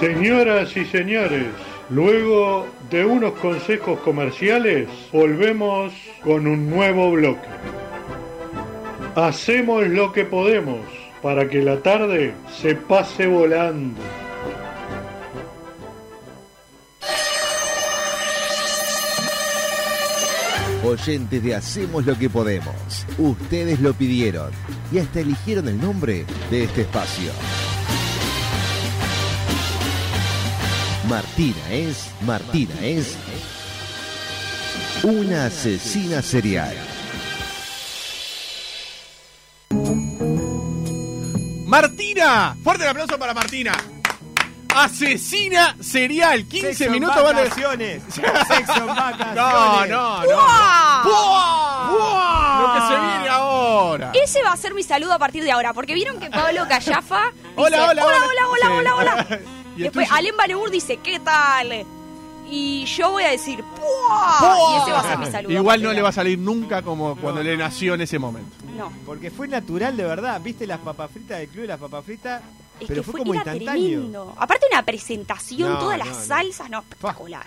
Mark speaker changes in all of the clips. Speaker 1: Señoras y señores, luego de unos consejos comerciales, volvemos con un nuevo bloque. Hacemos lo que podemos para que la tarde se pase volando.
Speaker 2: Oyentes de Hacemos lo que podemos. Ustedes lo pidieron y hasta eligieron el nombre de este espacio. Martina es, Martina es una asesina serial.
Speaker 3: Martina, fuerte el aplauso para Martina. Asesina serial, 15
Speaker 4: Sexo en
Speaker 3: minutos van a
Speaker 4: vacaciones. Sexo en vacaciones.
Speaker 3: No, no, no.
Speaker 5: ¡Buah!
Speaker 3: ¡Buah! Lo que se viene ahora.
Speaker 5: Ese va a ser mi saludo a partir de ahora, porque vieron que Pablo Callafa dice,
Speaker 3: Hola, hola,
Speaker 5: hola,
Speaker 3: hola".
Speaker 5: hola, hola,
Speaker 3: Sí.
Speaker 5: hola, hola.
Speaker 3: ¿Y el
Speaker 5: Después
Speaker 3: tuyo?
Speaker 5: Alem Baleur dice, ¿qué tal? Y yo voy a decir, ¡puah!
Speaker 3: ¡Buah!
Speaker 5: Y ese va a ser mi saludo.
Speaker 3: Igual no
Speaker 5: partir
Speaker 3: le
Speaker 5: de
Speaker 3: va a salir nunca como cuando le nació en ese momento.
Speaker 5: ahora. No,
Speaker 4: Porque fue natural de verdad. ¿Viste las papas fritas del club de las papas fritas?
Speaker 5: es
Speaker 4: pero
Speaker 5: que fue,
Speaker 4: como
Speaker 5: era
Speaker 4: instantáneo.
Speaker 5: tremendo. Aparte una presentación,
Speaker 4: No,
Speaker 5: todas las
Speaker 4: no, no.
Speaker 5: salsas, no, espectacular.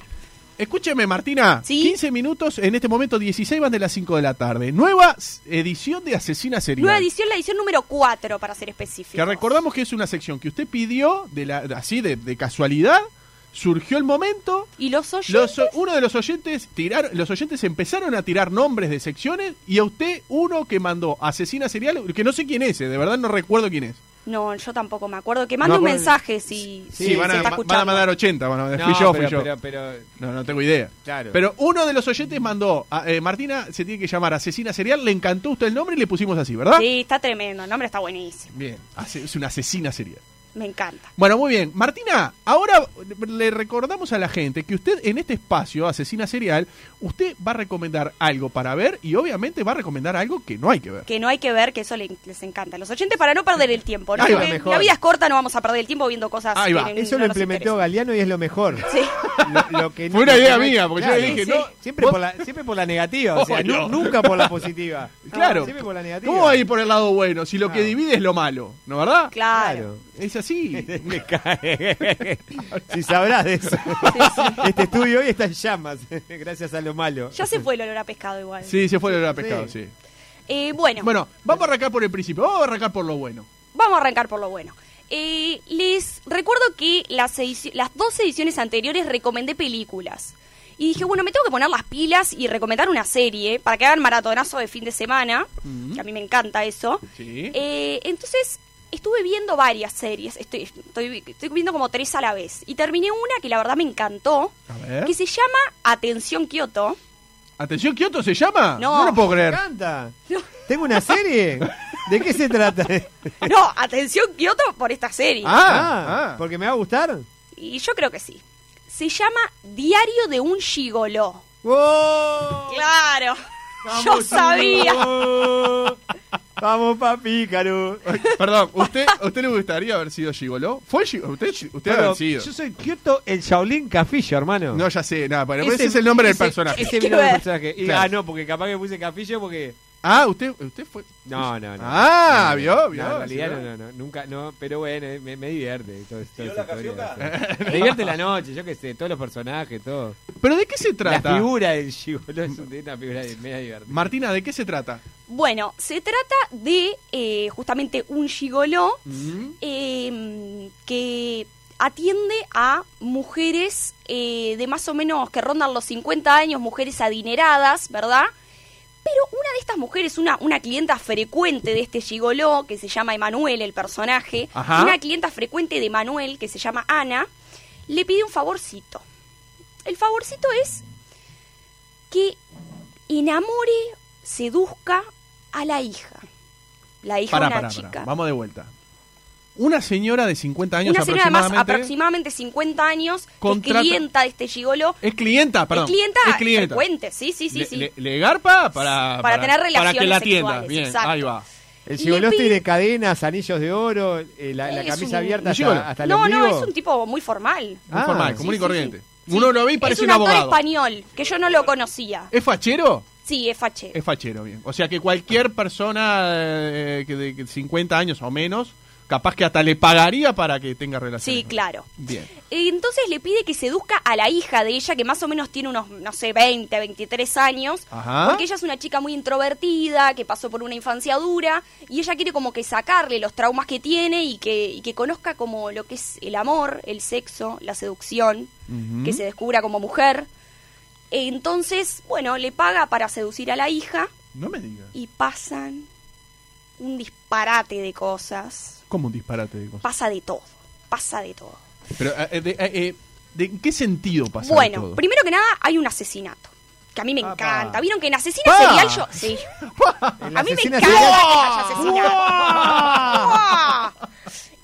Speaker 3: Escúcheme, Martina.
Speaker 5: Sí.
Speaker 3: 15 minutos, en este momento 16 van de las 5 de la tarde. Nueva s- edición de Asesina Serial.
Speaker 5: Nueva edición, la edición número 4, para ser específico.
Speaker 3: Que recordamos que es una sección que usted pidió, de la, así de, de casualidad, surgió el momento.
Speaker 5: Y los oyentes... Uh,
Speaker 3: Los, uno de los oyentes tiraron, los oyentes empezaron a tirar nombres de secciones y a usted uno que mandó asesina serial, que no sé quién es, eh, de verdad no recuerdo quién es.
Speaker 5: No, yo tampoco me acuerdo. Que mande
Speaker 3: No,
Speaker 5: un
Speaker 3: pero-
Speaker 5: mensaje si,
Speaker 3: Sí,
Speaker 5: si
Speaker 3: van,
Speaker 5: se
Speaker 3: a,
Speaker 5: está
Speaker 3: ma- van
Speaker 5: escuchando.
Speaker 3: a mandar 80, van a mandar-
Speaker 4: No,
Speaker 3: fui yo,
Speaker 4: pero,
Speaker 3: fui yo.
Speaker 4: Pero, pero-
Speaker 3: no, no tengo idea.
Speaker 4: claro.
Speaker 3: Pero uno de los oyentes mandó, a- eh, Martina se tiene que llamar asesina serial, le encantó a usted el nombre y le pusimos así, ¿verdad?
Speaker 5: Sí, está tremendo. El nombre está buenísimo.
Speaker 3: Bien, ase- es una asesina serial.
Speaker 5: Me encanta.
Speaker 3: Bueno, muy bien. Martina, ahora le recordamos a la gente que usted en este espacio, Asesina Serial, usted va a recomendar algo para ver y obviamente va a recomendar algo que no hay que ver.
Speaker 5: Que no hay que ver, que eso le- les encanta. Los oyentes para no perder el tiempo. ¿no?
Speaker 3: Ahí va,
Speaker 5: Porque
Speaker 4: mejor.
Speaker 5: la vida es corta, no vamos a perder el tiempo viendo cosas.
Speaker 3: Ahí va.
Speaker 5: que
Speaker 4: Eso
Speaker 5: no
Speaker 4: lo
Speaker 5: nos
Speaker 4: implementó Galeano y es lo mejor.
Speaker 5: interesan. Sí.
Speaker 4: Lo- lo que no-
Speaker 3: Fue una
Speaker 4: lo que
Speaker 3: idea
Speaker 4: no-
Speaker 3: mía, porque yo
Speaker 4: claro.
Speaker 3: le dije,
Speaker 5: Sí,
Speaker 3: no.
Speaker 5: sí.
Speaker 4: Siempre por, la, siempre por la negativa, o sea,
Speaker 3: Oh, no.
Speaker 4: nu- nunca por la positiva.
Speaker 3: Claro.
Speaker 4: Siempre por la negativa.
Speaker 3: ¿Cómo va a ir por el lado bueno si lo que
Speaker 4: Claro.
Speaker 3: divide es lo malo? ¿No verdad?
Speaker 5: Claro. Este,
Speaker 3: Es así.
Speaker 4: Me cae. si sabrás de eso. Este estudio hoy está en llamas, gracias a lo malo.
Speaker 5: Ya se fue el olor a pescado igual.
Speaker 3: Sí, se fue el olor a pescado, sí.
Speaker 4: Sí.
Speaker 5: Eh, bueno,
Speaker 3: Bueno, vamos a arrancar por el principio, vamos a arrancar por lo bueno.
Speaker 5: vamos a arrancar por lo bueno. Eh, les recuerdo que las, edici- las dos ediciones anteriores recomendé películas. Y dije, bueno, me tengo que poner las pilas y recomendar una serie para que hagan maratonazo de fin de semana, que a mí me encanta eso.
Speaker 3: Mm. Sí.
Speaker 5: Eh, entonces estuve viendo varias series, estoy, estoy, estoy viendo como tres a la vez. Y terminé una que la verdad me encantó,
Speaker 3: A ver.
Speaker 5: que se llama Atención Kioto.
Speaker 3: Atención, ¿Kioto se llama?
Speaker 5: No.
Speaker 3: lo puedo
Speaker 4: Me
Speaker 3: creer.
Speaker 4: encanta. ¿Tengo una serie? ¿De qué se trata?
Speaker 5: No, Atención Kioto por esta serie.
Speaker 3: Ah, ah.
Speaker 4: ¿Porque me va a gustar?
Speaker 5: Y yo creo que sí. Se llama Diario de un Gigoló.
Speaker 4: ¡Oh!
Speaker 5: Claro. Yo
Speaker 4: Vamos,
Speaker 5: sabía.
Speaker 4: Chico. Vamos, papi, Caru.
Speaker 3: Perdón, ¿usted, ¿a usted le gustaría haber sido Gigoló? ¿Fue Gigoló? ¿Usted, usted
Speaker 4: Bueno,
Speaker 3: haber sido?
Speaker 4: Yo soy Kyoto el Shaolin Cafillo, hermano.
Speaker 3: No, ya sé, nada, pero ese, es el nombre
Speaker 4: ese-
Speaker 3: del personaje.
Speaker 4: Ese
Speaker 5: que
Speaker 4: vino del
Speaker 5: ver.
Speaker 4: personaje. Y,
Speaker 3: Claro.
Speaker 4: Ah, no, porque capaz que puse Cafillo porque.
Speaker 3: Ah, usted, usted fue.
Speaker 4: No, no, no.
Speaker 3: Ah,
Speaker 4: No,
Speaker 3: vio,
Speaker 4: no,
Speaker 3: vio,
Speaker 4: No, en realidad
Speaker 3: sí,
Speaker 4: no, no, no, nunca, no, pero bueno, eh, me, me divierte. Todo, todo
Speaker 6: ¿Tiró la
Speaker 4: Me divierte la noche, yo qué sé, todos los personajes, todo.
Speaker 3: ¿Pero de qué se
Speaker 4: La
Speaker 3: trata?
Speaker 4: figura del Gigolo es una figura de- media divertida.
Speaker 3: Martina, ¿de qué se trata?
Speaker 5: Bueno, se trata de eh, justamente un gigoló eh, que atiende a mujeres eh, de más o menos que rondan los 50 años, mujeres adineradas, ¿verdad? Pero una de estas mujeres, una, una clienta frecuente de este gigoló, que se llama Emanuel, el personaje,
Speaker 3: Ajá.
Speaker 5: una clienta frecuente de Emanuel, que se llama Ana, le pide un favorcito. El favorcito es que enamore, seduzca a la hija. La hija
Speaker 3: Pará,
Speaker 5: de una
Speaker 3: pará,
Speaker 5: chica.
Speaker 3: pará. Vamos de vuelta. Una señora de 50 años
Speaker 5: Una señora además
Speaker 3: aproximadamente.
Speaker 5: aproximadamente 50 años, que
Speaker 3: Contrata-
Speaker 5: es clienta de este gigolo.
Speaker 3: es clienta, perdón.
Speaker 5: es clienta,
Speaker 3: Es clienta.
Speaker 5: frecuente, sí, sí, sí.
Speaker 3: Le-
Speaker 5: sí.
Speaker 3: Le, le garpa para,
Speaker 5: Para tener
Speaker 3: Para que la
Speaker 5: relaciones
Speaker 3: atienda.
Speaker 5: sexuales,
Speaker 3: Bien,
Speaker 5: exacto.
Speaker 3: ahí va.
Speaker 4: El
Speaker 5: Le
Speaker 4: Gigolo
Speaker 5: pide-
Speaker 4: tiene cadenas, anillos de oro, eh, la, la
Speaker 5: Es
Speaker 4: camisa
Speaker 5: un-
Speaker 4: abierta
Speaker 3: un gigolo.
Speaker 4: hasta, hasta el
Speaker 5: no, no,
Speaker 4: ombligo.
Speaker 5: es un tipo muy formal.
Speaker 3: Muy
Speaker 4: Ah,
Speaker 3: formal,
Speaker 4: sí,
Speaker 3: común y
Speaker 5: sí,
Speaker 3: corriente.
Speaker 5: sí.
Speaker 3: Uno lo ve y
Speaker 5: Es
Speaker 3: parece
Speaker 5: un
Speaker 3: un,
Speaker 5: actor
Speaker 3: abogado.
Speaker 5: español, que yo no lo conocía.
Speaker 3: ¿Es fachero?
Speaker 5: Sí, es fache.
Speaker 3: Es fachero, bien. O sea que cualquier persona eh, que de que 50 años o menos, Capaz que hasta le pagaría para que tenga relación.
Speaker 5: Sí, claro.
Speaker 3: Bien.
Speaker 5: Y Entonces le pide que seduzca a la hija de ella, que más o menos tiene unos, no sé, 20, 23 años,
Speaker 3: Ajá.
Speaker 5: porque ella es una chica muy introvertida, que pasó por una infancia dura, y ella quiere como que sacarle los traumas que tiene y que, y que conozca como lo que es el amor, el sexo, la seducción,
Speaker 3: Ujú.
Speaker 5: que se descubra como mujer. Entonces, bueno, le paga para seducir a la hija
Speaker 3: No me digas.
Speaker 5: y pasan un disparate de cosas,
Speaker 3: Como un disparate de cosas.
Speaker 5: pasa de todo, pasa de todo.
Speaker 3: Pero, eh, de, eh, eh, ¿de en qué sentido pasa de
Speaker 5: Bueno,
Speaker 3: todo?
Speaker 5: primero que nada hay un asesinato. Que a mí me
Speaker 3: Apa.
Speaker 5: encanta. ¿Vieron que en Asesina
Speaker 3: Pa.
Speaker 5: Serial yo? Sí.
Speaker 4: El
Speaker 5: A mí me
Speaker 4: asesino
Speaker 5: encanta
Speaker 4: serial-
Speaker 5: que haya asesinato. Ah.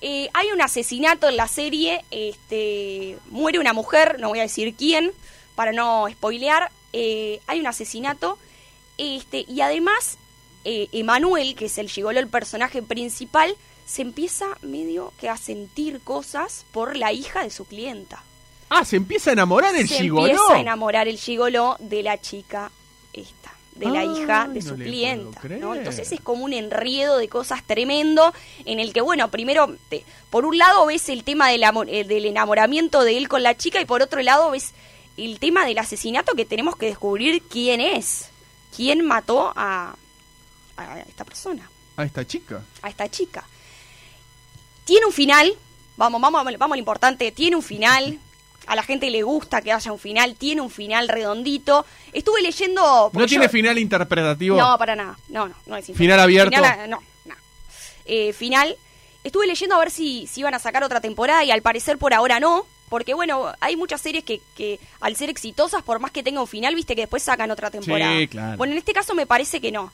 Speaker 5: Eh, hay un asesinato en la serie. Este, muere una mujer, no voy a decir quién, para no spoilear. Eh, hay un asesinato. Este, y además, eh, Emanuel, que es el gigolo, el personaje principal, se empieza medio que a sentir cosas por la hija de su clienta
Speaker 3: Ah, se empieza a enamorar el
Speaker 5: se
Speaker 3: gigoló.
Speaker 5: empieza a enamorar el gigoló de la chica esta, de la
Speaker 3: Ay,
Speaker 5: hija de
Speaker 3: no
Speaker 5: su
Speaker 3: le
Speaker 5: clienta.
Speaker 3: puedo
Speaker 5: ¿no?
Speaker 3: creer.
Speaker 5: Entonces es como un enriedo de cosas tremendo en el que, bueno, primero, te- por un lado ves el tema del, amo- eh, del enamoramiento de él con la chica y por otro lado ves el tema del asesinato que tenemos que descubrir quién es, quién mató a- a esta persona
Speaker 3: A esta chica.
Speaker 5: a esta chica. Tiene un final, vamos, vamos, vamos, vamos a lo importante, tiene un final. A la gente le gusta que haya un final, tiene un final redondito. Estuve leyendo.
Speaker 3: No
Speaker 5: porque
Speaker 3: tiene
Speaker 5: yo-
Speaker 3: final interpretativo.
Speaker 5: No, para nada. No, no, no es infinito.
Speaker 3: Final abierto.
Speaker 5: Final, ah, no, no. Eh, final. Estuve leyendo a ver si, si iban a sacar otra temporada y al parecer por ahora no. Porque bueno, hay muchas series que, que al ser exitosas, por más que tenga un final, viste que después sacan otra temporada.
Speaker 3: Sí, claro.
Speaker 5: Bueno, en este caso me parece que no.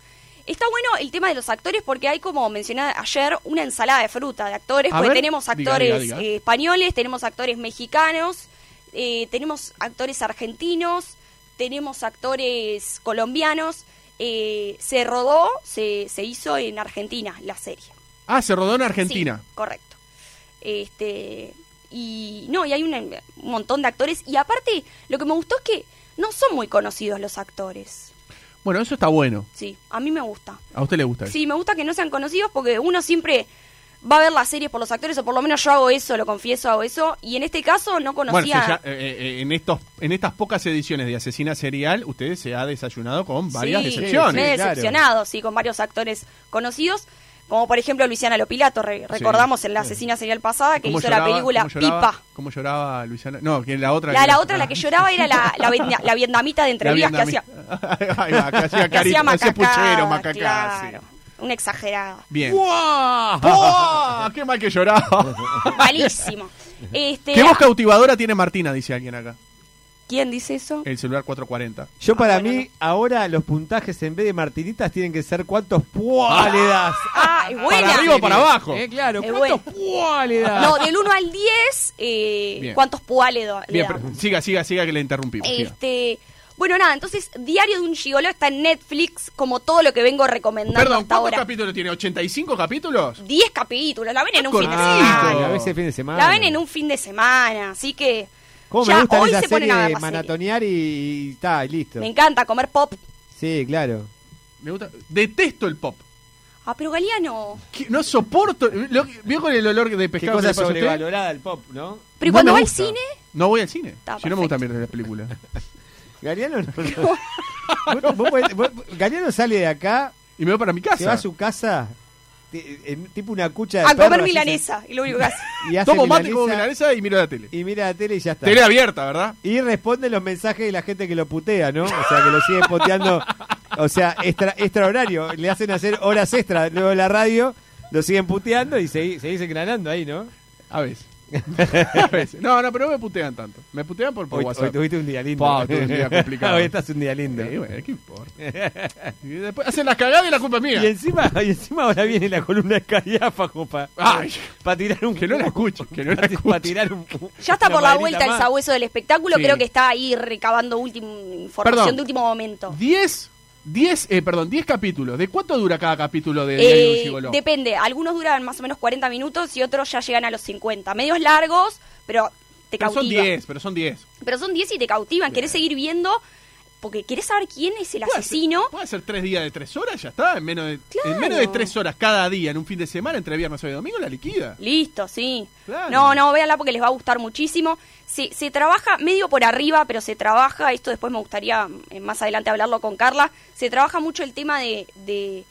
Speaker 5: Está bueno el tema de los actores porque hay, como mencioné ayer, una ensalada de fruta de actores.
Speaker 3: A
Speaker 5: porque
Speaker 3: ver,
Speaker 5: tenemos
Speaker 3: diga,
Speaker 5: actores
Speaker 3: diga, diga.
Speaker 5: eh, españoles, tenemos actores mexicanos, eh, tenemos actores argentinos, tenemos actores colombianos. Eh, se rodó, se, se hizo en Argentina la serie.
Speaker 3: Ah, se rodó en Argentina.
Speaker 5: Sí, correcto. Este y no, y hay una- un montón de actores y aparte lo que me gustó es que no son muy conocidos los actores.
Speaker 3: Bueno, eso está bueno.
Speaker 5: Sí, a mí me gusta.
Speaker 3: A usted le gusta. eso.
Speaker 5: Sí, me gusta que no sean conocidos porque uno siempre va a ver las series por los actores, o por lo menos yo hago eso, lo confieso, hago eso. Y en este caso no conocía.
Speaker 3: Bueno, se ya- eh, eh, en estos, en estas pocas ediciones de Asesina Serial, usted se ha desayunado con varias
Speaker 5: Sí,
Speaker 3: decepciones.
Speaker 5: Me he
Speaker 4: claro.
Speaker 5: decepcionado, sí, con varios actores conocidos. Como por ejemplo Luciana Lopilato, re- recordamos en la asesina serial pasada que
Speaker 3: ¿Cómo
Speaker 5: hizo la
Speaker 3: lloraba-
Speaker 5: película
Speaker 3: cómo lloraba-
Speaker 5: Pipa.
Speaker 3: ¿Cómo lloraba Luciana? No, que la otra.
Speaker 5: La,
Speaker 3: que-
Speaker 5: la otra, la
Speaker 3: Ah,
Speaker 5: que lloraba, era la, la, vietna- la vietnamita de
Speaker 3: la
Speaker 5: entrevías que hacía,
Speaker 3: vietnamita. Ahí va, que hacía
Speaker 5: que hacía
Speaker 3: carita, hacía puchero,
Speaker 5: macacada,
Speaker 3: macacá.
Speaker 5: claro.
Speaker 3: sí.
Speaker 5: Una exagerada.
Speaker 3: Bien. ¡Buah! ¡Qué mal que lloraba!
Speaker 5: Malísimo. Este,
Speaker 3: ¿Qué voz cautivadora tiene Martina? Dice alguien acá.
Speaker 5: ¿Quién dice eso?
Speaker 3: El celular 440.
Speaker 4: Yo para
Speaker 5: Ah, bueno,
Speaker 4: mí, ahora los puntajes en vez de martinitas tienen que ser cuántos puá le das.
Speaker 5: Ah, es buena.
Speaker 3: Para arriba o para abajo.
Speaker 4: Eh, claro,
Speaker 5: Es
Speaker 4: cuántos puá le das.
Speaker 5: No, del 1 al 10, eh,
Speaker 3: Bien.
Speaker 5: ¿cuántos puá le, do- le
Speaker 3: Bien,
Speaker 5: da?
Speaker 3: pero siga, siga, siga que le interrumpimos. siga.
Speaker 5: Este, bueno, nada, entonces Diario de un Gigoló está en Netflix, como todo lo que vengo recomendando
Speaker 3: Perdón,
Speaker 5: hasta
Speaker 3: ¿cuántos
Speaker 5: ahora.
Speaker 3: capítulos tiene? ¿85 capítulos?
Speaker 5: 10 capítulos, Ah, la ven en un fin de
Speaker 3: cortito.
Speaker 5: semana.
Speaker 4: a veces fin de semana.
Speaker 5: La ven en un fin de semana, así que
Speaker 4: ¿Cómo
Speaker 5: ya
Speaker 4: me gusta
Speaker 5: hoy
Speaker 4: esa
Speaker 5: se ponen
Speaker 4: serie
Speaker 5: a ver
Speaker 4: de
Speaker 5: la serie.
Speaker 4: maratonear y está, y listo.
Speaker 5: Me encanta comer pop.
Speaker 4: Sí, claro.
Speaker 3: Me gusta. Detesto el pop.
Speaker 5: Ah, pero Galeano.
Speaker 3: Que- No soporto. Lo- ¿Vio con el olor de
Speaker 4: Qué
Speaker 3: pescado que
Speaker 4: cosa
Speaker 3: le pasa a usted?
Speaker 4: sobrevalorada el pop, ¿no?
Speaker 5: Pero ¿y
Speaker 3: No
Speaker 5: cuando
Speaker 3: me
Speaker 5: va al
Speaker 3: gusta.
Speaker 5: cine,
Speaker 3: No voy al cine.
Speaker 5: Está,
Speaker 3: si no me gusta
Speaker 5: perfecto.
Speaker 3: mirar las películas.
Speaker 4: Galeano no. Vos- vos podés- vos- Galeano sale de acá,
Speaker 3: Y me voy para mi
Speaker 4: se va a
Speaker 3: casa.
Speaker 4: su casa, ti- en- tipo una cucha de
Speaker 3: Eh,
Speaker 5: a
Speaker 4: perro,
Speaker 5: comer
Speaker 4: así
Speaker 5: milanesa, y lo único que hace.
Speaker 4: se- y hace
Speaker 3: Tomo mate
Speaker 4: milanesa
Speaker 3: como milanesa y miro la tele.
Speaker 4: Y mira la tele y ya está.
Speaker 3: Tele abierta, ¿verdad?
Speaker 4: Y responde los mensajes de la gente que lo putea, ¿no? O sea, que lo sigue puteando. O sea, extra, extra horario. Le hacen hacer horas extra luego de la radio. Lo siguen puteando y se, seguís engranando ahí, ¿no?
Speaker 3: A veces. A veces. No, no, pero no me putean tanto. Me putean por, por
Speaker 4: Hoy,
Speaker 3: WhatsApp.
Speaker 4: hoy tuviste un día lindo.
Speaker 3: Pa, tuve un día complicado.
Speaker 4: hoy estás un día lindo.
Speaker 3: Sí, bueno, ¿qué importa? Y después hacen las cagadas y la culpa es mía.
Speaker 4: Y encima, y encima ahora viene la columna de Cariafa, para
Speaker 3: Ay.
Speaker 4: tirar un
Speaker 3: Que no la escucho, que no la
Speaker 4: Para
Speaker 3: escucho.
Speaker 4: tirar un
Speaker 5: Ya está
Speaker 4: una
Speaker 5: por la
Speaker 4: maderita
Speaker 5: vuelta el
Speaker 4: más.
Speaker 5: sabueso del espectáculo,
Speaker 3: Sí.
Speaker 5: creo que está ahí recabando última información
Speaker 3: Perdón.
Speaker 5: de último momento.
Speaker 3: 10, 10, eh, perdón, 10 capítulos. ¿De cuánto dura cada capítulo de Diario de un
Speaker 5: Eh,
Speaker 3: Gigoló?
Speaker 5: depende, algunos duran más o menos 40 minutos y otros ya llegan a los 50. Medios largos, pero te
Speaker 3: Pero son
Speaker 5: cautivan.
Speaker 3: 10, pero son 10.
Speaker 5: Pero son 10 y te cautivan, querés seguir viendo. porque querés saber quién es el
Speaker 3: Puede
Speaker 5: asesino.
Speaker 3: ser- Puede ser tres días de tres horas, ya está. En menos, de, en menos de
Speaker 5: Claro.
Speaker 3: tres horas cada día, en un fin de semana, entre viernes y domingo, la liquida.
Speaker 5: Listo, sí.
Speaker 3: Claro.
Speaker 5: No, no, véanla porque les va a gustar muchísimo. Se, se trabaja medio por arriba, pero se trabaja, esto después me gustaría eh, más adelante hablarlo con Carla, se trabaja mucho el tema de, de,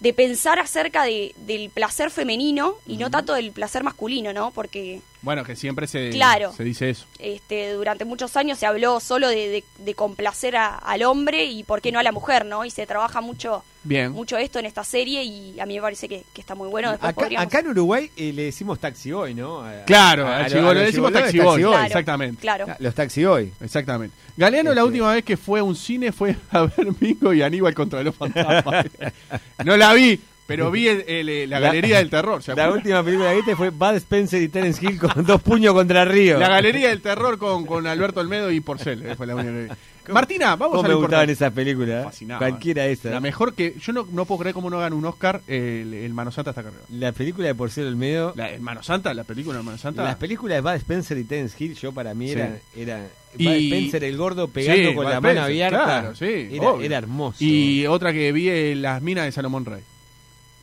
Speaker 5: de pensar acerca de- del placer femenino y no tanto del placer masculino, ¿no? Porque
Speaker 3: Bueno, que siempre se,
Speaker 5: Claro.
Speaker 3: se dice eso.
Speaker 5: este, durante muchos años se habló solo de, de- de complacer a- al hombre y por qué no a la mujer, ¿no? Y se trabaja mucho,
Speaker 3: Bien.
Speaker 5: mucho esto en esta serie y a mí me parece que, que está muy bueno. Después
Speaker 4: Acá,
Speaker 5: podríamos-
Speaker 4: acá en Uruguay eh, le decimos taxi boy, ¿no? A-
Speaker 3: Claro,
Speaker 4: a-
Speaker 3: al
Speaker 4: a-
Speaker 3: chigolo
Speaker 4: a
Speaker 3: le
Speaker 4: los
Speaker 3: decimos
Speaker 4: chigolos,
Speaker 3: taxi boy,
Speaker 5: Claro,
Speaker 3: exactamente.
Speaker 5: Claro.
Speaker 4: Los taxi boy.
Speaker 3: Exactamente. Galeano, la
Speaker 4: Este-
Speaker 3: última vez que fue a un cine fue a ver Mingo y Aníbal contra los fantasmas. no la vi, pero vi el- el, eh, la
Speaker 4: La-
Speaker 3: Galería del Terror. ¿se
Speaker 4: La
Speaker 3: acuerdan?
Speaker 4: última película que viste fue Bud Spencer y Terence Hill con dos puños contra Río.
Speaker 3: La Galería del Terror con, con Alberto Olmedo y Porcel. eh, Fue la única que vi. Martina, vamos
Speaker 4: ¿Cómo
Speaker 3: a
Speaker 4: me
Speaker 3: lo
Speaker 4: gustaban
Speaker 3: importante.
Speaker 4: esas películas? eh?
Speaker 3: Fascinaba.
Speaker 4: Cualquiera de esas.
Speaker 3: La mejor que. Yo no, no puedo creer cómo no gana un Oscar eh, el, el Mano Santa hasta acá arriba.
Speaker 4: La película de Porcelo Olmedo.
Speaker 3: La, el Mano Santa, la película de Mano Santa.
Speaker 4: Las películas de Bud Spencer y Terence Hill, yo para mí
Speaker 3: Sí.
Speaker 4: eran. era
Speaker 3: Y-
Speaker 4: Bud Spencer el gordo pegando
Speaker 3: Sí,
Speaker 4: con
Speaker 3: Bud
Speaker 4: la
Speaker 3: Spencer,
Speaker 4: mano abierta.
Speaker 3: claro, sí,
Speaker 4: era,
Speaker 3: obvio.
Speaker 4: era hermoso.
Speaker 3: y otra que vi, eh, Las Minas de Salomón Rey.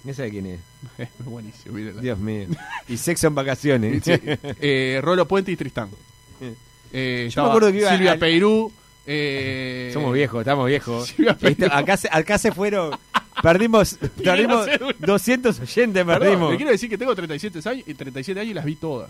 Speaker 4: ¿Esa de quién es?
Speaker 3: Buenísimo, mírala.
Speaker 4: Dios mío. Y sexo en vacaciones.
Speaker 3: Sí, eh, Rolo Puente y Tristán. Eh, estaba
Speaker 4: acuerdo que iba
Speaker 3: Silvia
Speaker 4: al-
Speaker 3: Peirú. eh,
Speaker 4: Somos viejos, estamos viejos.
Speaker 3: Sí, me
Speaker 4: Esto-
Speaker 3: apetece.
Speaker 4: acá, se, acá se fueron. Perdimos, perdimos
Speaker 3: cédula.
Speaker 4: 200 oyentes,
Speaker 3: Perdón,
Speaker 4: perdimos.
Speaker 3: le quiero decir que tengo 37 años, y 37 años y las vi todas.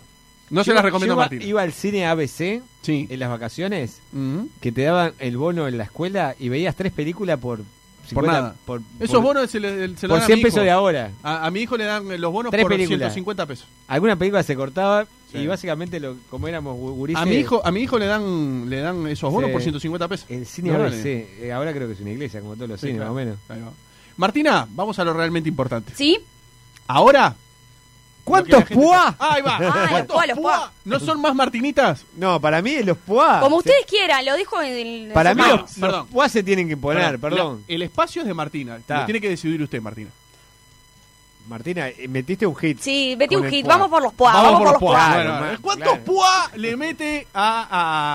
Speaker 3: No se las recomiendo a
Speaker 4: Yo iba-
Speaker 3: Martín.
Speaker 4: Iba al cine ABC
Speaker 3: Sí.
Speaker 4: en las vacaciones,
Speaker 3: Mm.
Speaker 4: que te daban el bono en la escuela y veías tres películas por 50,
Speaker 3: por nada.
Speaker 4: Por,
Speaker 3: Esos
Speaker 4: por-
Speaker 3: bonos se, le, se los
Speaker 4: por
Speaker 3: dan a
Speaker 4: 100
Speaker 3: mi hijo.
Speaker 4: pesos de ahora.
Speaker 3: A, a mi hijo le dan eh, los bonos
Speaker 4: Tres
Speaker 3: por
Speaker 4: películas.
Speaker 3: 150 pesos.
Speaker 4: Alguna película se cortaba
Speaker 3: Sí.
Speaker 4: y básicamente lo, como éramos gu- gurises.
Speaker 3: A mi hijo, a mi hijo le dan, le dan esos bonos
Speaker 4: Sí.
Speaker 3: por 150 pesos.
Speaker 4: El cine
Speaker 3: No,
Speaker 4: ABC.
Speaker 3: dale.
Speaker 4: eh, Ahora creo que es una iglesia, como todos los
Speaker 3: Sí,
Speaker 4: cines,
Speaker 3: claro.
Speaker 4: más o menos.
Speaker 3: Ahí va. Martina, vamos a lo realmente importante.
Speaker 5: ¿Sí?
Speaker 3: Ahora.
Speaker 4: ¿Cuántos
Speaker 3: lo que la gente
Speaker 4: puá?
Speaker 3: está- Ahí va.
Speaker 5: Ah,
Speaker 3: ¿Cuántos
Speaker 5: los puá, los
Speaker 3: puá?
Speaker 5: puá.
Speaker 3: ¿No son más martinitas?
Speaker 4: No, para mí los PUA.
Speaker 5: Como ustedes quieran, lo dejo en el.
Speaker 4: Ah, Para mí
Speaker 3: Vamos,
Speaker 4: los,
Speaker 3: perdón.
Speaker 4: los PUA se tienen que poner, perdón.
Speaker 3: la- el espacio es de Martina.
Speaker 4: Está.
Speaker 3: Lo tiene que decidir usted, Martina.
Speaker 4: Martina, eh, metiste un hit.
Speaker 5: Sí, metí
Speaker 4: Con
Speaker 5: un
Speaker 4: el
Speaker 5: hit.
Speaker 4: puá.
Speaker 5: Vamos por los PUA. Vamos, por los PUA.
Speaker 4: puá.
Speaker 3: Bueno,
Speaker 4: Claro, ma-
Speaker 3: ¿Cuántos
Speaker 4: claro.
Speaker 3: puá Ah, le mete a,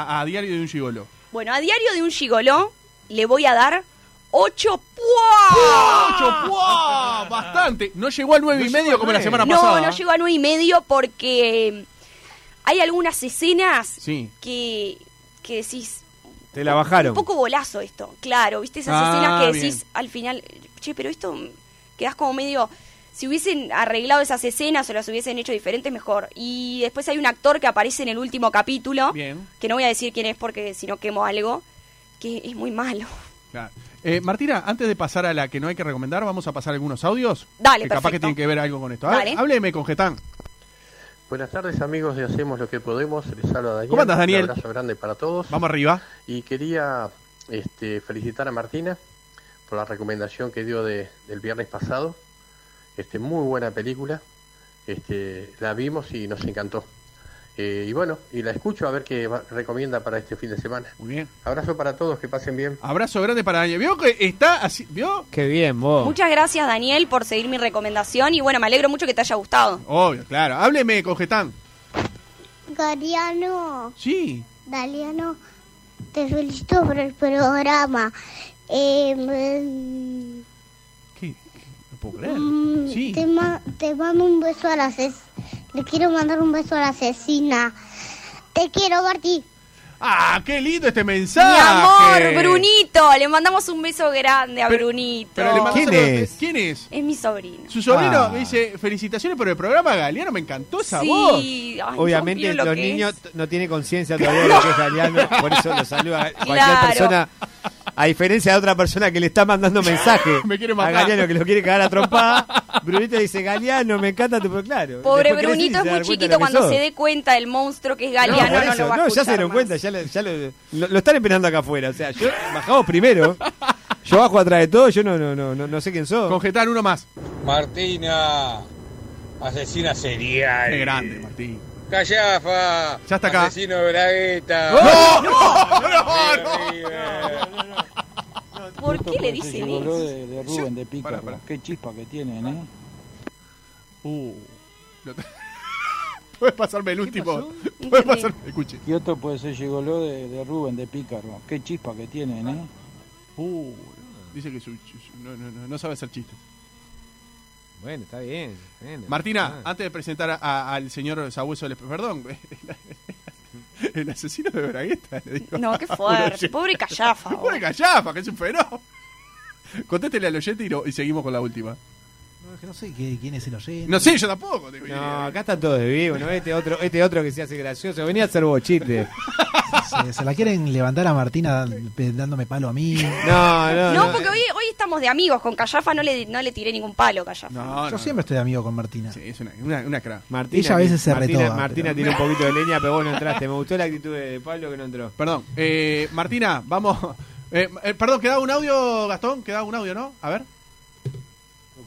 Speaker 3: a- a Diario de un Gigolo?
Speaker 5: Bueno, a diario de un gigoló le voy a dar 8 PUA.
Speaker 3: ¡Ocho puá! Bastante. No llegó al nueve
Speaker 4: No
Speaker 3: y
Speaker 4: llegó
Speaker 3: medio
Speaker 4: al
Speaker 3: como la
Speaker 4: nueve.
Speaker 3: semana
Speaker 5: No,
Speaker 3: pasada.
Speaker 5: no llego a 9 y medio porque hay algunas escenas
Speaker 3: Sí.
Speaker 5: que, que decís.
Speaker 4: Te la bajaron.
Speaker 5: Un poco bolazo esto, claro. ¿Viste esas
Speaker 3: Ah,
Speaker 5: escenas que
Speaker 3: bien.
Speaker 5: decís al final? Che, pero esto mm, quedás como medio. Si hubiesen arreglado esas escenas o las hubiesen hecho diferentes, mejor. Y después hay un actor que aparece en el último capítulo.
Speaker 3: Bien.
Speaker 5: que no voy a decir quién es porque si no quemo algo, que es muy malo.
Speaker 3: Claro. Eh, Martina, antes de pasar a la que no hay que recomendar, vamos a pasar algunos audios.
Speaker 5: Dale,
Speaker 3: que capaz que
Speaker 5: perfecto.
Speaker 3: tienen que ver algo con esto. A ver,
Speaker 5: Dale.
Speaker 3: Hábleme con Getán.
Speaker 6: Buenas tardes amigos de Hacemos lo que podemos, les habla Daniel.
Speaker 3: ¿Cómo andas, Daniel?
Speaker 6: Un abrazo grande para todos.
Speaker 3: Vamos arriba.
Speaker 6: Y quería este, felicitar a Martina por la recomendación que dio de- del viernes pasado. Este, muy buena película. Este, la vimos y nos encantó. Eh, y bueno, y la escucho a ver qué va- recomienda para este fin de semana.
Speaker 3: Muy bien.
Speaker 6: Abrazo para todos, que pasen bien.
Speaker 3: Abrazo grande para Daniel. ¿Vio que está así? ¿Vio?
Speaker 4: Qué bien,
Speaker 3: Oh.
Speaker 4: vos.
Speaker 5: Muchas gracias, Daniel, por seguir mi recomendación y bueno, me alegro mucho que te haya gustado.
Speaker 3: Obvio, claro. Hábleme con Getán.
Speaker 7: Gariano,
Speaker 3: Sí.
Speaker 7: Daliano, te felicito por el programa. Eh, mm,
Speaker 3: ¿Qué? No puedo creer.
Speaker 7: mm,
Speaker 3: Sí.
Speaker 7: te, ma- te mando un beso a la ases- Le quiero mandar un beso a la asesina. Te quiero, Martí.
Speaker 3: ¡Ah, qué lindo este
Speaker 5: Mi
Speaker 3: mensaje!
Speaker 5: amor, Brunito, le mandamos un beso grande a
Speaker 3: Pero-
Speaker 5: Brunito.
Speaker 3: Pero le mandó
Speaker 4: ¿Quién
Speaker 3: saludos.
Speaker 4: es?
Speaker 3: ¿Quién es?
Speaker 5: Es mi sobrino.
Speaker 3: Su sobrino
Speaker 4: Ah.
Speaker 3: me dice, felicitaciones por el programa, Galeano, me encantó esa voz.
Speaker 5: Sí, ay, no
Speaker 4: Obviamente
Speaker 5: vio lo
Speaker 4: los
Speaker 5: que es.
Speaker 4: niños t- no tienen conciencia todavía de lo que es Galeano, por eso los saluda a cualquier
Speaker 5: Claro.
Speaker 4: persona. A diferencia de otra persona que le está mandando mensaje
Speaker 3: Me quiere
Speaker 4: a
Speaker 3: matar.
Speaker 4: Galeano que lo quiere cagar a trompada, Brunito le dice, Galeano, me encanta tu... Pero claro,
Speaker 5: Pobre
Speaker 4: después crecís y
Speaker 5: Brunito es
Speaker 4: se
Speaker 5: muy
Speaker 4: da cuenta
Speaker 5: chiquito,
Speaker 4: de lo que
Speaker 5: cuando
Speaker 4: sos.
Speaker 5: se dé cuenta del monstruo que es Galeano,
Speaker 4: por
Speaker 5: no,
Speaker 4: eso,
Speaker 5: lo va a
Speaker 4: no, ya se
Speaker 5: escuchar
Speaker 4: dieron
Speaker 5: más.
Speaker 4: cuenta, ya, lo, ya lo- lo- lo están esperando acá afuera. O sea, yo bajamos primero, yo bajo atrás de todo, yo no, no, no, no, no sé quién sos.
Speaker 3: Con Getán uno más.
Speaker 8: Martina, asesina serial.
Speaker 3: Qué grande, Martín.
Speaker 8: Callafa.
Speaker 3: Ya está acá.
Speaker 8: Asesino de Bragueta.
Speaker 3: ¡No! ¡No! ¡No! no!
Speaker 5: ¿Por qué le dicen eso?
Speaker 9: de, de Rubén de Pico.
Speaker 3: Pará, pará.
Speaker 9: Qué chispa que tienen, ¿eh?
Speaker 3: Uh. Lo- Puedes pasarme el último. Puedes pasarme. Escuche.
Speaker 8: Y otro puede ser Gigoló de, de Rubén, de Pícaro. Qué chispa que tienen, ¿eh?
Speaker 3: Uh, dice que su- su- no, no- no- no sabe hacer chistes.
Speaker 4: Bueno, está bien. bueno.
Speaker 3: Martina,
Speaker 4: Ah.
Speaker 3: antes de presentar a- al señor Sabueso, le- perdón, el, asesino de Bragueta. le digo.
Speaker 5: No, qué fuerte. Pobre Callafa. vos.
Speaker 3: Pobre Callafa, que es un fenómeno. Contéstele al oyente y, no- y seguimos con la última.
Speaker 9: No, es que no sé qué- quién es el oyente.
Speaker 3: No sé, yo tampoco. eh, tengo
Speaker 4: No,
Speaker 3: idea.
Speaker 4: acá están todos de vivo, ¿no? Este otro, este otro que se hace gracioso. Venía a hacer bochite.
Speaker 9: Se, se la quieren levantar a Martina eh, dándome palo a mí.
Speaker 4: No, no.
Speaker 5: No, porque hoy, hoy estamos de amigos. Con Callafa no le, no le tiré ningún palo, Callafa.
Speaker 3: No,
Speaker 9: Yo
Speaker 3: no,
Speaker 9: siempre estoy amigo con Martina.
Speaker 3: no. Sí, es una, una, una cra.
Speaker 4: Martina,
Speaker 9: Ella a veces se
Speaker 4: Martina,
Speaker 9: retoba,
Speaker 4: Martina
Speaker 9: pero-
Speaker 4: tiene un poquito de leña, pero vos no entraste. Me gustó la actitud de Pablo que no entró.
Speaker 3: Perdón, eh, Martina, vamos. eh, eh, perdón, quedaba un audio, Gastón, quedaba un audio, ¿no? A ver.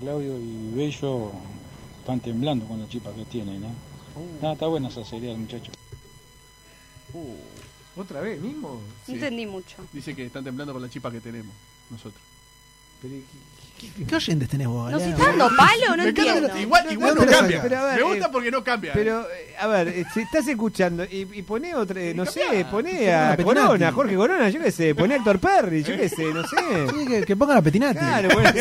Speaker 8: Claudio y Bello están temblando con la chispa que tienen, ¿eh? Nada, está buena esa serie, muchacho.
Speaker 4: ¿Otra vez mismo?
Speaker 3: Sí.
Speaker 5: No entendí mucho.
Speaker 3: Dice que están temblando con la chipa que tenemos nosotros.
Speaker 9: ¿Qué, qué oyentes tenés vos,
Speaker 5: ¿Nos
Speaker 9: Galeano?
Speaker 5: está dando palo? No
Speaker 3: Me encanta,
Speaker 5: entiendo.
Speaker 3: igual igual
Speaker 9: no,
Speaker 3: no,
Speaker 9: pero-
Speaker 3: cambia.
Speaker 4: pero a ver,
Speaker 3: Me gusta
Speaker 4: eh,
Speaker 3: porque no cambia.
Speaker 4: Pero, eh, a ver, eh, si estás escuchando y, y poné otra, eh, no sé, poné
Speaker 9: Ponga
Speaker 4: a
Speaker 9: a Petinati.
Speaker 4: Corona, Jorge Corona, yo qué sé, poné a Héctor Perry, yo qué sé, no sé.
Speaker 9: Sí, que, que pongan a Petinati.
Speaker 4: Claro, bueno,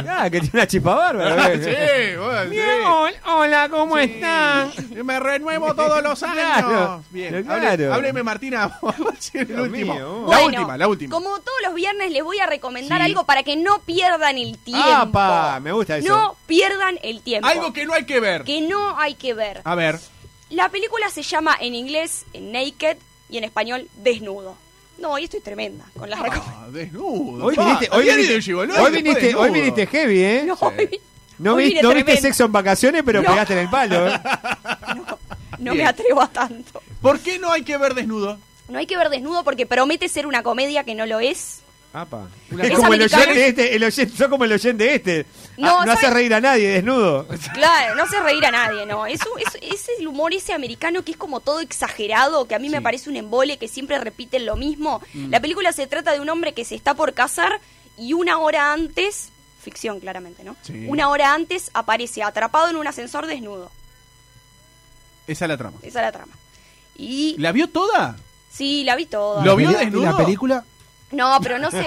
Speaker 4: claro, que tiene una chispa bárbara.
Speaker 3: sí, bueno, sí.
Speaker 4: hola, ¿cómo están?
Speaker 3: Sí, Me renuevo todos los años.
Speaker 4: Claro,
Speaker 3: Bien,
Speaker 4: pero
Speaker 3: hable-
Speaker 4: claro.
Speaker 3: hábleme Martina. vamos a hacer el
Speaker 4: Dios
Speaker 3: último.
Speaker 4: mío, vos.
Speaker 3: la
Speaker 5: Bueno,
Speaker 3: última, la última.
Speaker 5: Como todos los viernes les voy a recomendar
Speaker 3: Sí.
Speaker 5: algo para que no pierdan el tiempo.
Speaker 4: ¡Apa! Ah, Me gusta eso.
Speaker 5: No pierdan el tiempo.
Speaker 3: Algo que no hay que ver.
Speaker 5: que no hay que ver.
Speaker 3: A ver.
Speaker 5: La película se llama en inglés Naked y en español Desnudo. No, y estoy tremenda con las recomendaciones.
Speaker 3: Ah, desnudo.
Speaker 4: Hoy
Speaker 3: pa,
Speaker 4: viniste, hoy
Speaker 3: ayer
Speaker 4: viniste,
Speaker 3: era un gigoló,
Speaker 4: hoy
Speaker 3: después
Speaker 4: viniste,
Speaker 3: desnudo.
Speaker 4: hoy viniste heavy, ¿eh?
Speaker 5: No, hoy-
Speaker 4: No,
Speaker 5: hoy
Speaker 4: vi-
Speaker 5: vine
Speaker 4: no viste
Speaker 5: tremenda.
Speaker 4: sexo en vacaciones, pero
Speaker 5: No.
Speaker 4: pegaste en el palo, ¿eh?
Speaker 5: No
Speaker 3: Bien.
Speaker 5: me atrevo a tanto.
Speaker 3: ¿Por qué no hay que ver desnudo?
Speaker 5: No hay que ver Desnudo porque promete ser una comedia que no lo es.
Speaker 4: Apa.
Speaker 5: Es
Speaker 4: Es como el
Speaker 5: americano.
Speaker 4: oyente este, el oyente, sos como el oyente este.
Speaker 5: No,
Speaker 4: Ah, no
Speaker 5: ¿sabes?
Speaker 4: hace reír a nadie, desnudo.
Speaker 5: Claro, no hace reír a nadie, no. Es, un- es- es el humor ese americano que es como todo exagerado, que a mí me
Speaker 3: Sí.
Speaker 5: parece un embole, que siempre repiten lo mismo. La película se trata de un hombre que se está por casar y una hora antes, ficción claramente, ¿no?
Speaker 3: Sí.
Speaker 5: Una hora antes aparece atrapado en un ascensor desnudo.
Speaker 3: Esa es la trama.
Speaker 5: Esa es la trama. Y
Speaker 3: ¿La vio toda?
Speaker 5: sí, la vi toda.
Speaker 3: ¿Lo vio
Speaker 9: ¿Y la-
Speaker 3: desnudo?
Speaker 9: y la película?
Speaker 5: No, pero no sé.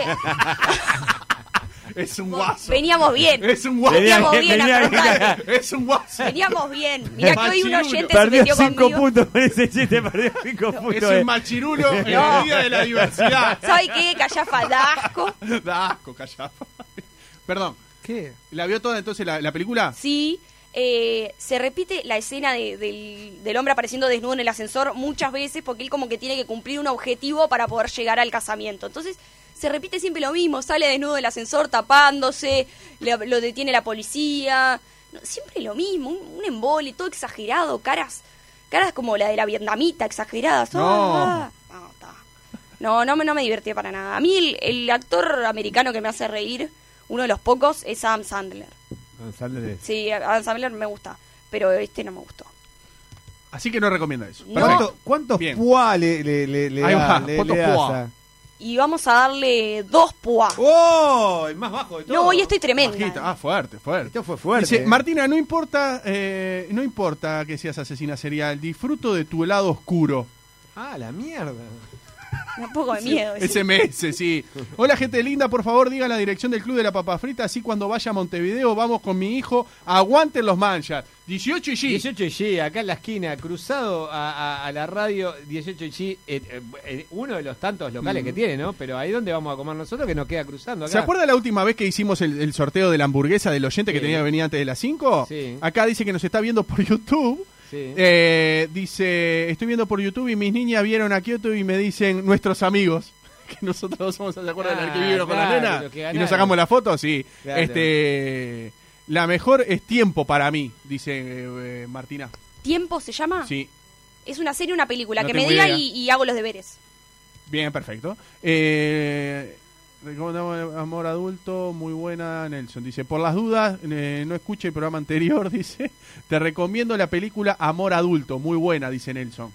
Speaker 3: Es un guaso.
Speaker 5: Veníamos bien.
Speaker 3: Es un guaso.
Speaker 5: Veníamos bien,
Speaker 4: venía bien
Speaker 5: afrontar.
Speaker 3: Es un guaso.
Speaker 5: Veníamos bien. Mira que hoy un
Speaker 3: Machirulo.
Speaker 5: oyente se
Speaker 4: Perdió
Speaker 5: metió
Speaker 4: 5
Speaker 5: conmigo.
Speaker 4: puntos con ese chiste, perdió 5 puntos.
Speaker 3: Es
Speaker 4: eh.
Speaker 3: un machirulo en el día de la diversidad.
Speaker 5: ¿Sabe qué? Callafa, da asco.
Speaker 3: Da asco, callafa. Perdón.
Speaker 9: ¿Qué?
Speaker 3: ¿La vio toda entonces la, la película?
Speaker 5: Sí, eh, se repite la escena de- del, del hombre apareciendo desnudo en el ascensor muchas veces porque él como que tiene que cumplir un objetivo para poder llegar al casamiento. Entonces se repite siempre lo mismo, sale desnudo del ascensor tapándose, le- lo detiene la policía, No, siempre lo mismo, un, un embole, todo exagerado, caras, caras como la de la vietnamita, exageradas.
Speaker 3: No.
Speaker 5: Ah, no, está. No, no, me- no me divertí para nada. A mí el- el actor americano que me hace reír, uno de los pocos, es Adam Sandler.
Speaker 4: González.
Speaker 5: Sí, Adam Sandler me gusta, pero este no me gustó.
Speaker 3: Así que no recomienda eso.
Speaker 5: No.
Speaker 3: Perfecto.
Speaker 4: ¿Cuánto- ¿Cuántos
Speaker 3: Bien.
Speaker 4: puá le, le, le, le
Speaker 3: Ahí
Speaker 4: da-
Speaker 3: va,
Speaker 4: le-
Speaker 3: ¿cuántos
Speaker 4: le das
Speaker 3: puá?
Speaker 4: a-
Speaker 5: Y vamos a darle dos púas.
Speaker 4: ¡Oh! El más bajo de todos.
Speaker 5: No, este hoy estoy tremenda.
Speaker 3: Bajita. Ah, fuerte, fuerte.
Speaker 4: Esto fue fuerte.
Speaker 3: Dice,
Speaker 4: eh.
Speaker 3: Martina, no importa, eh, no importa que seas asesina serial, disfruto de tu helado oscuro.
Speaker 4: Ah, la mierda.
Speaker 5: Me da un poco de miedo.
Speaker 4: Pues
Speaker 5: sí.
Speaker 3: SMS, eh, sí. Hola gente linda, por favor digan la dirección del Club de la Papa Frita, así cuando vaya a Montevideo vamos con mi hijo, aguanten los manchas. 18 y G.
Speaker 4: 18 G, acá en la esquina, cruzado a, a- a la radio 18 G, eh, eh, eh, uno de los tantos locales que tiene, ¿no? Pero ahí donde vamos a comer nosotros que nos queda cruzando acá.
Speaker 3: ¿Se acuerda la última vez que hicimos el, el sorteo de la hamburguesa del oyente que
Speaker 4: Sí.
Speaker 3: tenía que venir antes de las 5?
Speaker 4: Sí.
Speaker 3: Acá dice que nos está viendo por YouTube.
Speaker 4: Sí.
Speaker 3: Eh, dice, estoy viendo por YouTube y mis niñas vieron a Kyoto y me dicen nuestros amigos. Que nosotros somos, ¿se acuerdan del
Speaker 4: Ah,
Speaker 3: arquivibro con
Speaker 4: claro,
Speaker 3: la
Speaker 4: los
Speaker 3: nena?
Speaker 4: que
Speaker 3: Y
Speaker 4: ganaron.
Speaker 3: nos sacamos la foto, sí.
Speaker 4: Claro.
Speaker 3: Este, la mejor es tiempo para mí, dice eh, eh, Martina.
Speaker 5: ¿Tiempo se llama?
Speaker 3: Sí.
Speaker 5: Es una serie, una película.
Speaker 3: No
Speaker 5: que me
Speaker 3: tengo
Speaker 5: diga
Speaker 3: idea.
Speaker 5: y, y hago los deberes.
Speaker 3: Bien, perfecto. Eh, recomendamos eh, Amor Adulto, muy buena, Nelson. Dice, por las dudas, eh, no escuche el programa anterior, dice. Te recomiendo la película Amor Adulto, muy buena, dice Nelson.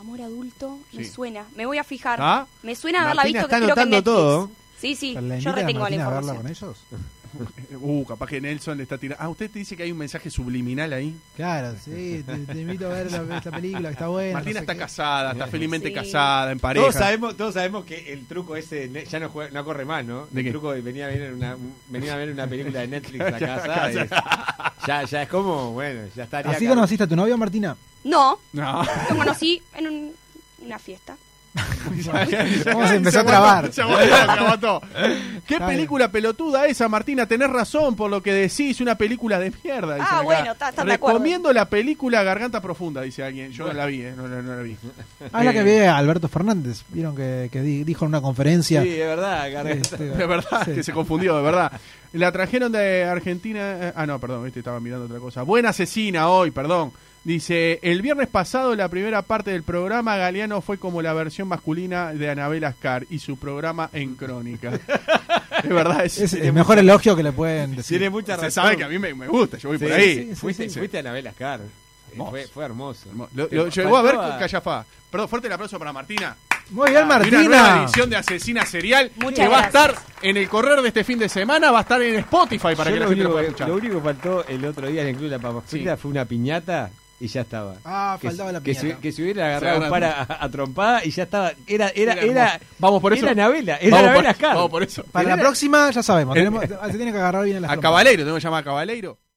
Speaker 5: Amor adulto, me
Speaker 3: Sí.
Speaker 5: suena. Me voy a fijar.
Speaker 3: ¿Ah?
Speaker 5: Me suena haberla
Speaker 4: Martina
Speaker 5: visto
Speaker 4: está
Speaker 5: que creo que en
Speaker 4: anotando
Speaker 5: Netflix.
Speaker 4: todo.
Speaker 5: Sí, sí,
Speaker 9: ¿La
Speaker 5: yo
Speaker 9: invita a
Speaker 5: retengo la
Speaker 9: Martina a verla
Speaker 5: información.
Speaker 9: con ellos?
Speaker 3: Uh, capaz que Nelson le está tirando. Ah, usted te dice que hay un mensaje subliminal ahí.
Speaker 9: Claro, sí, te, te invito a ver la, esta película que está buena.
Speaker 3: Martina
Speaker 9: no sé
Speaker 3: está
Speaker 9: qué.
Speaker 3: casada, está felizmente
Speaker 5: Sí.
Speaker 3: casada, en pareja.
Speaker 4: Todos sabemos, todos sabemos que el truco ese ne- ya no, juega- no corre más, ¿no?
Speaker 3: ¿De
Speaker 4: el
Speaker 3: qué?
Speaker 4: truco de venir a ver una, venir a ver una película de Netflix a casa. es- ya, ya es como, bueno, ya estaría.
Speaker 9: ¿Así
Speaker 4: acá.
Speaker 9: conociste a tu novio, Martina?
Speaker 5: No,
Speaker 3: No.
Speaker 5: lo conocí en un- una fiesta.
Speaker 9: Vamos a empezar a
Speaker 3: Se aguantó,
Speaker 9: trabar.
Speaker 3: se aguantó, se aguantó. ¿Qué
Speaker 9: Está bien.
Speaker 3: película pelotuda esa, Martina? Tenés razón por lo que decís, una película de mierda. dicen acá.
Speaker 5: Ah, bueno, ta- están de acuerdo.
Speaker 3: Recomiendo la película Garganta Profunda, dice alguien. Yo no la vi, eh, no, la- no la vi.
Speaker 9: Ah, es la
Speaker 3: Eh,
Speaker 9: que ve a Alberto Fernández. Vieron que, que di- dijo en una conferencia.
Speaker 4: Sí, es verdad, Garganta.
Speaker 9: este,
Speaker 3: De verdad,
Speaker 9: sí.
Speaker 3: que se confundió, de verdad. La trajeron de Argentina. eh, ah, no, perdón, viste, estaba mirando otra cosa. Buena asesina hoy, perdón. Dice: El viernes pasado, la primera parte del programa, Galeano fue como la versión masculina de Anabel Ascar y su programa en Crónica. es verdad, es-
Speaker 9: Es el mejor elogio que le pueden decir.
Speaker 4: Tiene mucha
Speaker 3: se
Speaker 4: razón.
Speaker 3: sabe que a mí me, me gusta, yo voy
Speaker 4: Sí,
Speaker 3: por ahí.
Speaker 4: sí, fuiste, fuiste a la vela Ascar.
Speaker 3: Hermoso.
Speaker 4: Fue, fue hermoso.
Speaker 3: Hermo- Lo,
Speaker 4: Te
Speaker 3: lo llegó a ver
Speaker 4: faltaba-
Speaker 3: Callafá. Perdón, fuerte el aplauso para Martina.
Speaker 9: Muy bien,
Speaker 3: Y Una nueva
Speaker 9: Martina.
Speaker 3: edición de Asesina Serial
Speaker 5: Muchas
Speaker 3: que va a
Speaker 5: gracias.
Speaker 3: estar en el correr de este fin de semana, va a estar en Spotify para
Speaker 4: Yo
Speaker 3: que la gente
Speaker 4: lo,
Speaker 3: lo
Speaker 4: único,
Speaker 3: pueda
Speaker 4: que-
Speaker 3: escuchar.
Speaker 4: lo único que faltó el otro día en el club de la papa frita fue una piñata y ya estaba.
Speaker 9: Ah,
Speaker 4: que,
Speaker 9: faltaba la
Speaker 4: que se-
Speaker 9: piñata.
Speaker 4: que se hubiera agarrado
Speaker 3: agarra-
Speaker 4: para a, a trompada y ya estaba. Era, era,
Speaker 3: Era
Speaker 4: era,
Speaker 3: hermoso. Vamos por eso.
Speaker 4: Era Anabela, era
Speaker 3: vamos,
Speaker 4: Anabela
Speaker 3: por,
Speaker 4: Ascar.
Speaker 3: vamos por eso.
Speaker 9: Para la próxima, ya sabemos.
Speaker 3: El-
Speaker 2: eh,
Speaker 9: tenemos- se tiene que agarrar bien las
Speaker 3: A
Speaker 9: trompadas.
Speaker 3: Cabaleiro, tengo que llamar a Cabaleiro.